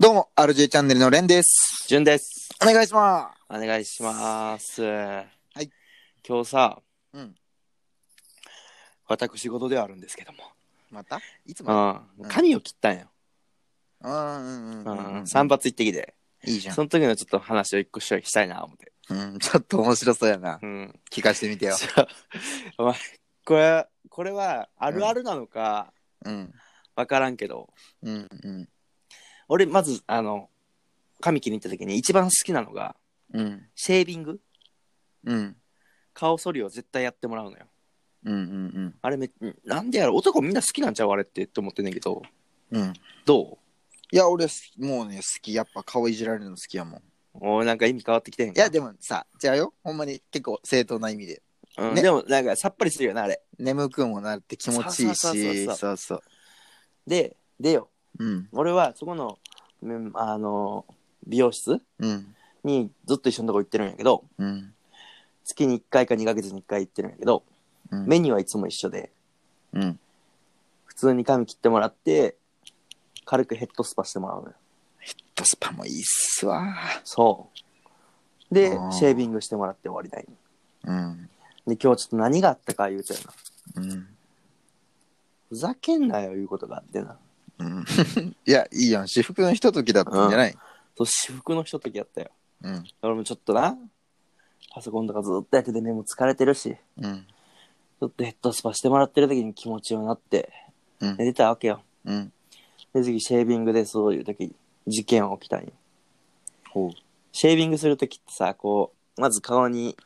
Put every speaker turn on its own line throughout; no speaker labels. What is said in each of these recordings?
RJ チャンネルのレンです。
順です。
お願いしま。
お願いします。はい今日さ、
うん
私事ではあるんですけども、
す。またいつも
うん
うん
髪を切ったんよ。
うんうん
う
うん
ん
うん。
散髪行ってきて、
いいじゃん
そ。の時のちょっと話を一個しようしたいな思って。
うん、ちょっと面白そうやな。
うん。
聞かしてみてよ。
じゃあ お前これこれはあるあるなのか
うん。
わからんけど、
うんうん。
俺まずあの髪切りに行った時に一番好きなのが
うん。
シェービング、
うん。
顔剃りを絶対やってもらうのよ。
うんうん
あれめなんでやろ男みんな好きなんちゃうあれってって思ってんねんけど。
うん。うん。
ど
いや、俺、もうね、好き。やっぱ顔いじられるの好きやもん。いう
おいなんか意味変わってきてへんか
や、でもさ、違うよ。ほんまに結構正当な意味で。
うん
ね
でもなんかさっぱりするよなあれ
眠くもなるって気持ちいいし。
そう
そうそう。
ででよ
うん。
俺はそこの、うんあの美容室
うん。
にずっと一緒のとこ行ってるんやけど
うん。
月に1回か2ヶ月に1回行ってるんやけど
うん
メニューはいつも一緒で
うん。
普通に髪切ってもらって軽くヘッドスパしてもらうのよ
ドスパもいいっすわ。
そうで
あー
シェービングしてもらって終わりたい
うん。
で今日ちょっと何があったか言うてな
うん。
ふざけんなよいうことがあってな
うん、いや、いいやん。私服のひとときだったんじゃない、
そう私服のひとときやったよ
うん、
俺もちょっとなパソコンとかずっとやってて目も疲れてるし
うん。
ちょっとヘッドスパしてもらってる時に気持ちよくなって
うん
寝。てたわけよ。
うん。
で次シェービングでそういう時事件起きたんよ。
ほう。
シェービングする時ってさこうまず顔に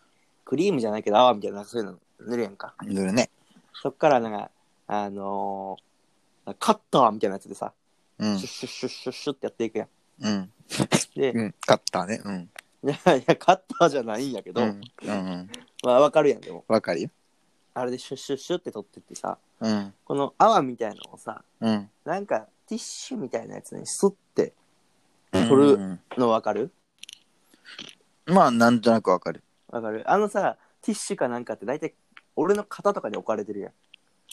クリームじゃないけど泡みたいなそういうの塗るやんか。
いろいろね。
そっからなんかあのーカッターみたいなやつでさ
う
シュ
ん
ッ。シュッシュッシュッシュッってやっていくやん。
うん。
で、
う
い
ん。買ったね。うん。
やいやカッターじゃないんやけど、
うん。うん。
まあわかるやんでも
わかるよ。
あれでシュッシュッシュッって取ってってさ
うん。
この泡みたいのをさ
うん。
なんかティッシュみたいなやつにスッて取る
る。
の分かる
まあ、なんとなくわかる。
分かるあのさティッシュかなんかって大体俺の肩とかに置かれてるやん、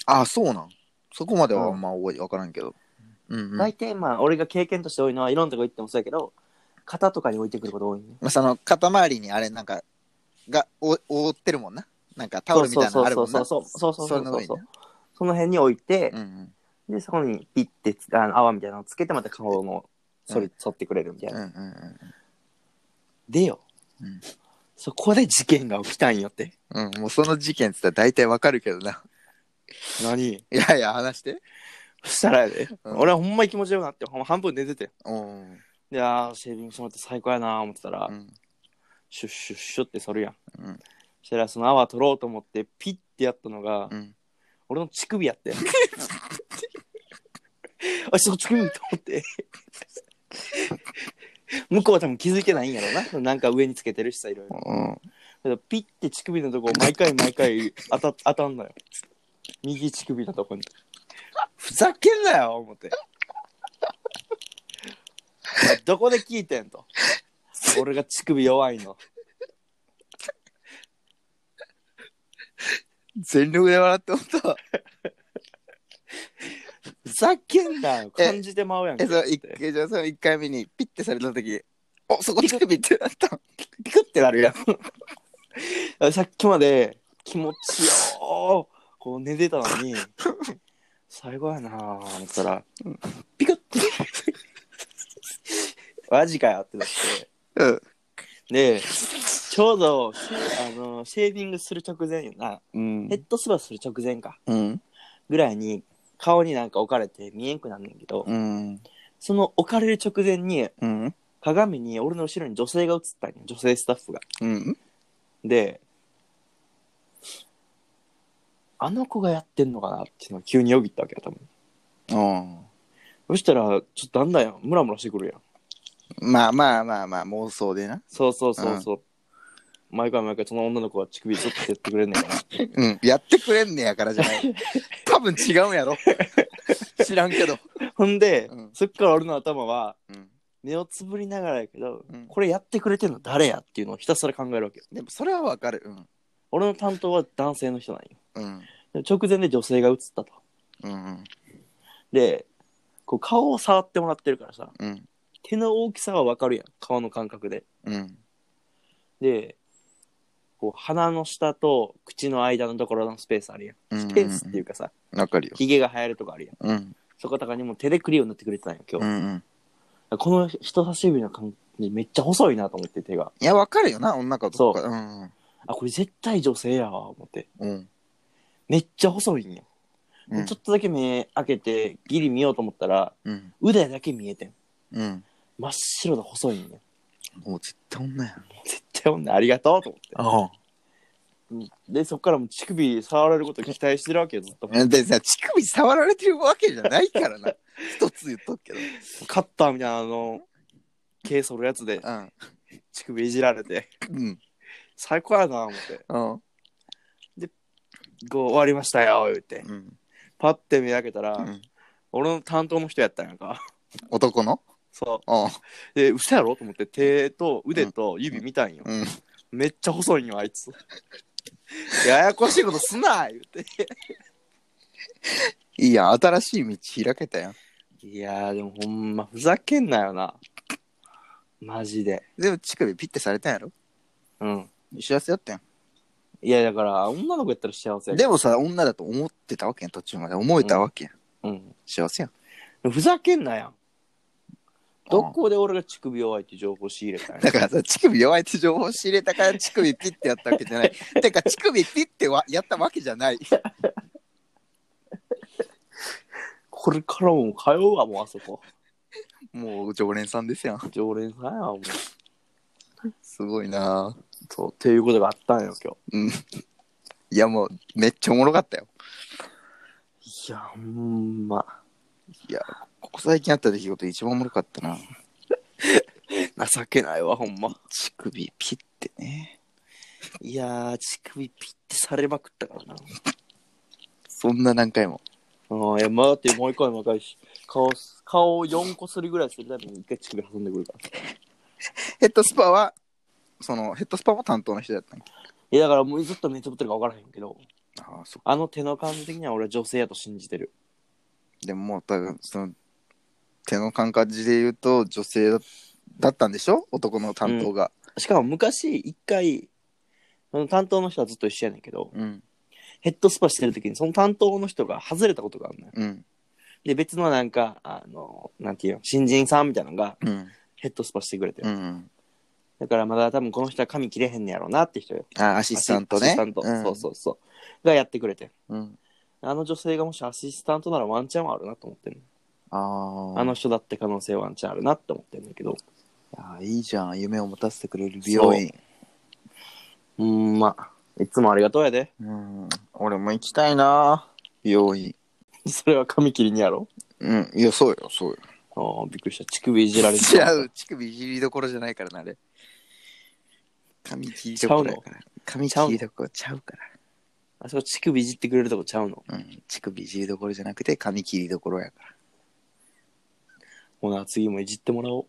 あ、そうなん。そこまではあんま覚えわからんけど。うん。うん
大体まあ俺が経験として多いのはいろんなとこ行ってもそうやけど肩とかに置いてくること多いね
まあ、その、肩周りにあれ、なんか、が、お覆ってるもんな。なんか、タオルみたいなのあるもんな。
そうそうそうそうそう
れ
そ
の
う
上
そ
に
う
ね
その辺に置いて
う、ん。
でそこにピッてつあの泡みたいなのをつけてまた顔のそり、剃ってくれるみたい
うん。う
な、
ん。うん
でよ、
うん
そこで事件が起きたんよって
うん。うん。もうその事件っつったら大体わかるけどな。
何
いやいや、話して。
そしたらやで、
うん
俺はほんまに気持ちよくなってほんま半分寝てて
うん。
で、あーシェービングしてもらって最高やなー思ってたら、
うん。
シュッシュッシュッって剃るやん。
うん
そしたらその泡取ろうと思って、ピッてやったのが、
うん。
俺の乳首やって。 あ、そう、乳首と 思って。向こうは多分気づいてないんやろうな。なんか上につけてるしさ、いろいろ。だ
うん。
からピッて乳首のとこ毎回毎回当た当たんのよ。右乳首のとこに。ふざけんなよ、思って。どこで聞いてんと。俺が乳首弱いの。
全力で笑って思ったわ。
ふざけんなよ
え
感じてまうやんけ
え、その
ピ
一えじゃあその一回目にピッてされた時、おそこ乳首ってなったの。
クってなるやんさっきまで気持ちよーこう寝てたのに最後やなー思ったらピクッてマジかよってなって
うん。
でちょうどシェあのシェービングする直前よな
うん
ヘッドスバする直前か
うん。
ぐらいに顔になんか置かれて見えんくなんねんけど、
うん。
その置かれる直前に
うん。
鏡に俺の後ろに女性が映ったんよ女性スタッフが
うん。
であの子がやってんのかなっていうのが急によぎったわけよ多
う
分
ん。
そしたらちょっとだんだんムラムラしてくるやん
まあまあまあまあ、妄想でな。
そうそうそうそう、毎回毎回その女の子が乳首ずっとやってくれんねんから
うん。やってくれんねやからじゃ ない。多分違うんやろ。知らんけど。
ほんで、
うん
そっから俺の頭は
うん。
目をつぶりながらやけど、
うん
これやってくれてんの誰やっていうのをひたすら考えるわけよ
でもそれはわかる。うん。
俺の担当は男性の人なんよ
うん。
で直前で女性が映ったと
うん。
でこう顔を触ってもらってるからさ
うん。
手の大きさはわかるやん顔の感覚で
うん。
でこう鼻の下と口の間のところのスペースあるやんスペースっていうかさ
わかるよ。
ひげが生えるとこあるやん
うん。
そことかにも手でクリを塗ってくれてたんや今
う
日、
んうん。
この人差し指の感じめっちゃ細いなと思って手が
いや、わかるよな、女かどっか。うん。
あこれ絶対女性やわ思って
うん。
めっちゃ細いんや、
うん
ちょっとだけ目開けてギリ見ようと思ったら
うん。
腕だけ見えてん
うん。
真っ白で細いんや
もう絶対女やん。
絶対女ありがとうと思って
あ
でそっからもう乳首触られること期待してるわけよずっと
あ。でさ、乳首触られてるわけじゃないから な。一つ言っとくけど。
カッターみたいなあのケースのやつで
うん。
乳首いじられて
うん。
最高やな思って
うん。
こう終わりましたよ言って
うん。
パッて目開けたら、
うん
俺の担当の人やったんやんか
男の
そ
うん。
うで嘘やろと思って手と腕と指見たんよ、
うん。
めっちゃ細いんよあいつややこしいことすな言って
いいや、新しい道開けたやん。
いやーでもほんまふざけんなよなマジで
でも乳首ピッてされたんやろ
うん
幸せやったや
いやだから女の子やったら幸せ
ん。
や
でもさ、女だと思ってたわけやん、途中まで。思えたわけやん。
うん、
幸せやん。
ふざけんなやんどこで俺が乳首弱いって情報仕入れたんや
だからさ、乳首弱いって情報を仕入れたから乳首ピッてやったわけじゃない。 てか、乳首ピッてはやったわけじゃない。
これからも通うわもうあそこ
もう常連さんですやん。
常連さんやわもう
すごいなぁ
そうっていうことがあったんよ今
いや、もうめっちゃおもろかったよ。
日いやほんま
ここ最近あった出来事一番おもろかったな。
情けないわほんま
乳首ピッてね。
いやー乳首ピッてされまくったからな
そんな何回も。
ああ、いや、まだってもう一回も若いし、顔、顔を4個するぐらいするたびに一回乳首挟んでくるから。
ヘッドスパは、そのヘッドスパも担当の人だったんけ
いや、だからもうずっと目つぶってるか分からへんけど、
ああ、そ
あの手の感じ的には俺は女性やと信じてる。
う。でももう多分、その、手の感じで言うと女性だだったんでしょ男の担当が。
しかも昔、一回、その担当の人はずっと一緒やねんけど、
うん。
ヘッドスパしてる時にその担当の人が外れたことがあるのよ。
うん。
で、別のなんか、あの、なんていうの、新人さんみたいなのが
うん。
ヘッドスパしてくれてる。
うん。
だからまだ多分この人は髪切れへんねやろうなって人よ。
ああ、アシスタントね。
アシスタント、
うん、
そうそうそう。がやってくれて。
うん。
あの女性がもしアシスタントならワンチャンはあるなと思ってる、
ああ。
あの人だって可能性ワンチャンあるなって思ってるんだけど。
あいいじゃん夢を持たせてくれる美容院
うーん、まあ、いつもありがとうやで。
うん俺も行きたいな美容院
それは髪切りにやろ
うんいやそうよそうよ
ああ、びっくりした。乳首いじられて
違う乳首いじりどころじゃないからなあれ髪切りどころやから髪切りどころちゃうか
あそこ乳首いじってくれるとこちゃうの。
らうん乳首いじりどころじゃなくて髪切りどころやから
ほな、次もいじってもらおう。